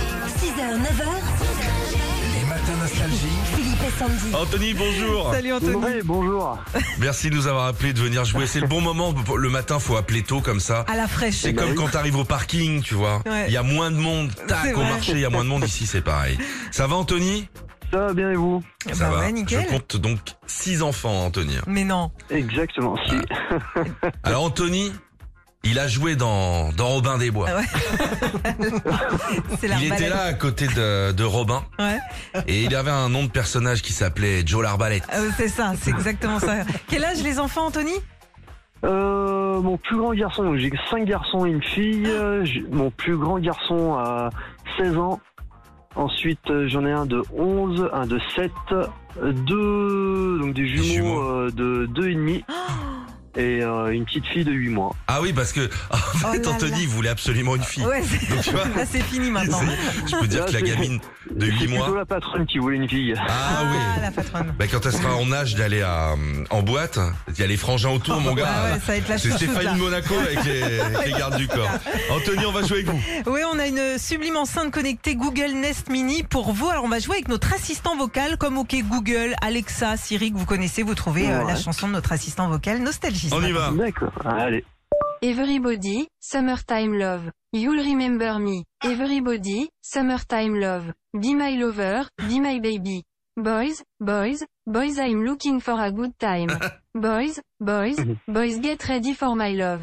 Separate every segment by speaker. Speaker 1: 6h, 9h,
Speaker 2: Les matins nostalgie.
Speaker 1: Philippe et Sandy.
Speaker 3: Anthony, bonjour.
Speaker 4: Salut Anthony.
Speaker 5: Oui, bonjour.
Speaker 3: Merci de nous avoir appelé, de venir jouer. C'est le bon moment. Le matin, faut appeler tôt comme ça.
Speaker 4: À la fraîche.
Speaker 3: C'est comme
Speaker 5: oui.
Speaker 3: quand t'arrives au parking, tu vois. Il
Speaker 4: Ouais.
Speaker 3: y a moins de monde.
Speaker 4: C'est
Speaker 3: Tac, au
Speaker 4: vrai.
Speaker 3: marché, il y a moins de monde. Ici, c'est pareil. Ça va, Anthony
Speaker 5: Ça va bien et vous
Speaker 3: Ça
Speaker 4: Bah
Speaker 3: va.
Speaker 4: ouais, nickel.
Speaker 3: Je compte donc six enfants, Anthony.
Speaker 4: Mais non.
Speaker 5: Exactement. Si.
Speaker 3: Alors, Anthony, il a joué dans, dans Robin des Bois.
Speaker 4: Ah ouais. C'est la
Speaker 3: Il était
Speaker 4: balade.
Speaker 3: là à côté de, de Robin
Speaker 4: Ouais.
Speaker 3: et il avait un nom de personnage qui s'appelait Joe l'Arbalète.
Speaker 4: Euh, c'est ça, c'est exactement ça. Quel âge les enfants, Anthony
Speaker 5: Euh, mon plus grand garçon, donc j'ai cinq garçons et une fille. euh, j'ai- Mon plus grand garçon a 16 ans. Ensuite, euh, j'en ai un de 11, un de 7, euh, deux donc des jumeaux,
Speaker 3: jumeaux.
Speaker 5: euh, de deux et demi et euh, une petite fille de 8 mois.
Speaker 3: Ah oui, parce que en
Speaker 4: Oh
Speaker 3: fait,
Speaker 4: là
Speaker 3: Anthony
Speaker 4: là.
Speaker 3: il voulait absolument une fille.
Speaker 4: Ouais, c'est-
Speaker 3: Donc, tu vois,
Speaker 4: là c'est fini
Speaker 3: c'est-
Speaker 4: maintenant.
Speaker 3: je peux dire
Speaker 5: Là,
Speaker 3: que la
Speaker 5: c'est-
Speaker 3: gamine de
Speaker 5: C'est
Speaker 3: 8 mois.
Speaker 5: plutôt la patronne qui voulait une fille.
Speaker 3: Ah oui.
Speaker 4: la patronne.
Speaker 3: Bah, quand elle sera en âge d'aller à, euh, en boîte, il y a les frangins autour, mon gars.
Speaker 4: Ah ouais, ça va être la
Speaker 3: C'est
Speaker 4: chouchoute,
Speaker 3: Stéphanie
Speaker 4: là.
Speaker 3: de Monaco avec les, avec les gardes du corps. Anthony, on va jouer avec vous.
Speaker 4: Oui, on a une sublime enceinte connectée Google Nest Mini pour vous. Alors, on va jouer avec notre assistant vocal, comme OK Google, Alexa, Siri, que vous connaissez. Vous trouvez euh,
Speaker 5: Ouais.
Speaker 4: la chanson de notre assistant vocal, Nostalgie. ce
Speaker 3: On y
Speaker 4: matin.
Speaker 3: va.
Speaker 5: D'accord. Allez.
Speaker 6: Everybody, summertime love. You'll remember me. Everybody, summertime love. Be my lover, be my baby. Boys, boys, boys I'm looking for a good time. Boys, boys, boys get ready for my love.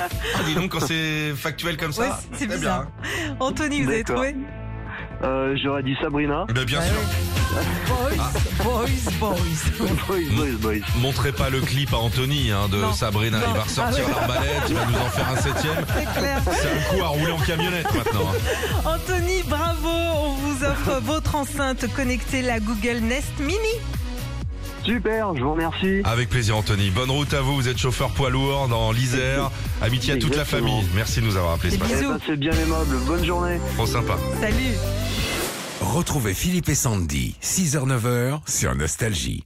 Speaker 3: Ah, dis donc, quand c'est factuel comme ça.
Speaker 4: Ouais, c'est- c'est
Speaker 3: très
Speaker 4: bizarre. Anthony, vous avez
Speaker 5: D'accord.
Speaker 4: trouvé
Speaker 5: Euh, J'aurais dit Sabrina.
Speaker 3: bien. Bah, bien sûr.
Speaker 4: Boys, boys, boys.
Speaker 5: boys, boys, boys.
Speaker 3: Montrez pas le clip à Anthony hein, de
Speaker 4: Non.
Speaker 3: Sabrina.
Speaker 4: Non.
Speaker 3: Il va ressortir
Speaker 4: Ah ouais.
Speaker 3: l'arbalète, il va nous en faire un septième.
Speaker 5: Ah.
Speaker 4: C'est clair.
Speaker 3: C'est un coup à rouler en camionnette maintenant. hein.
Speaker 4: Anthony, bravo. On vous offre votre enceinte connectée, la Google Nest Mini.
Speaker 5: Super, je vous remercie.
Speaker 3: Avec plaisir, Anthony. Bonne route à vous. Vous êtes chauffeur poids lourd dans l'Isère. Amitié à toute la
Speaker 5: Exactement.
Speaker 3: famille. Merci de nous avoir appelés. ce
Speaker 4: Et
Speaker 3: matin.
Speaker 5: Eh
Speaker 4: Bisous.
Speaker 5: ben, C'est bien aimable. Bonne journée.
Speaker 3: Trop sympa.
Speaker 4: Salut.
Speaker 2: Retrouvez Philippe et Sandy, 6h-9h sur Nostalgie.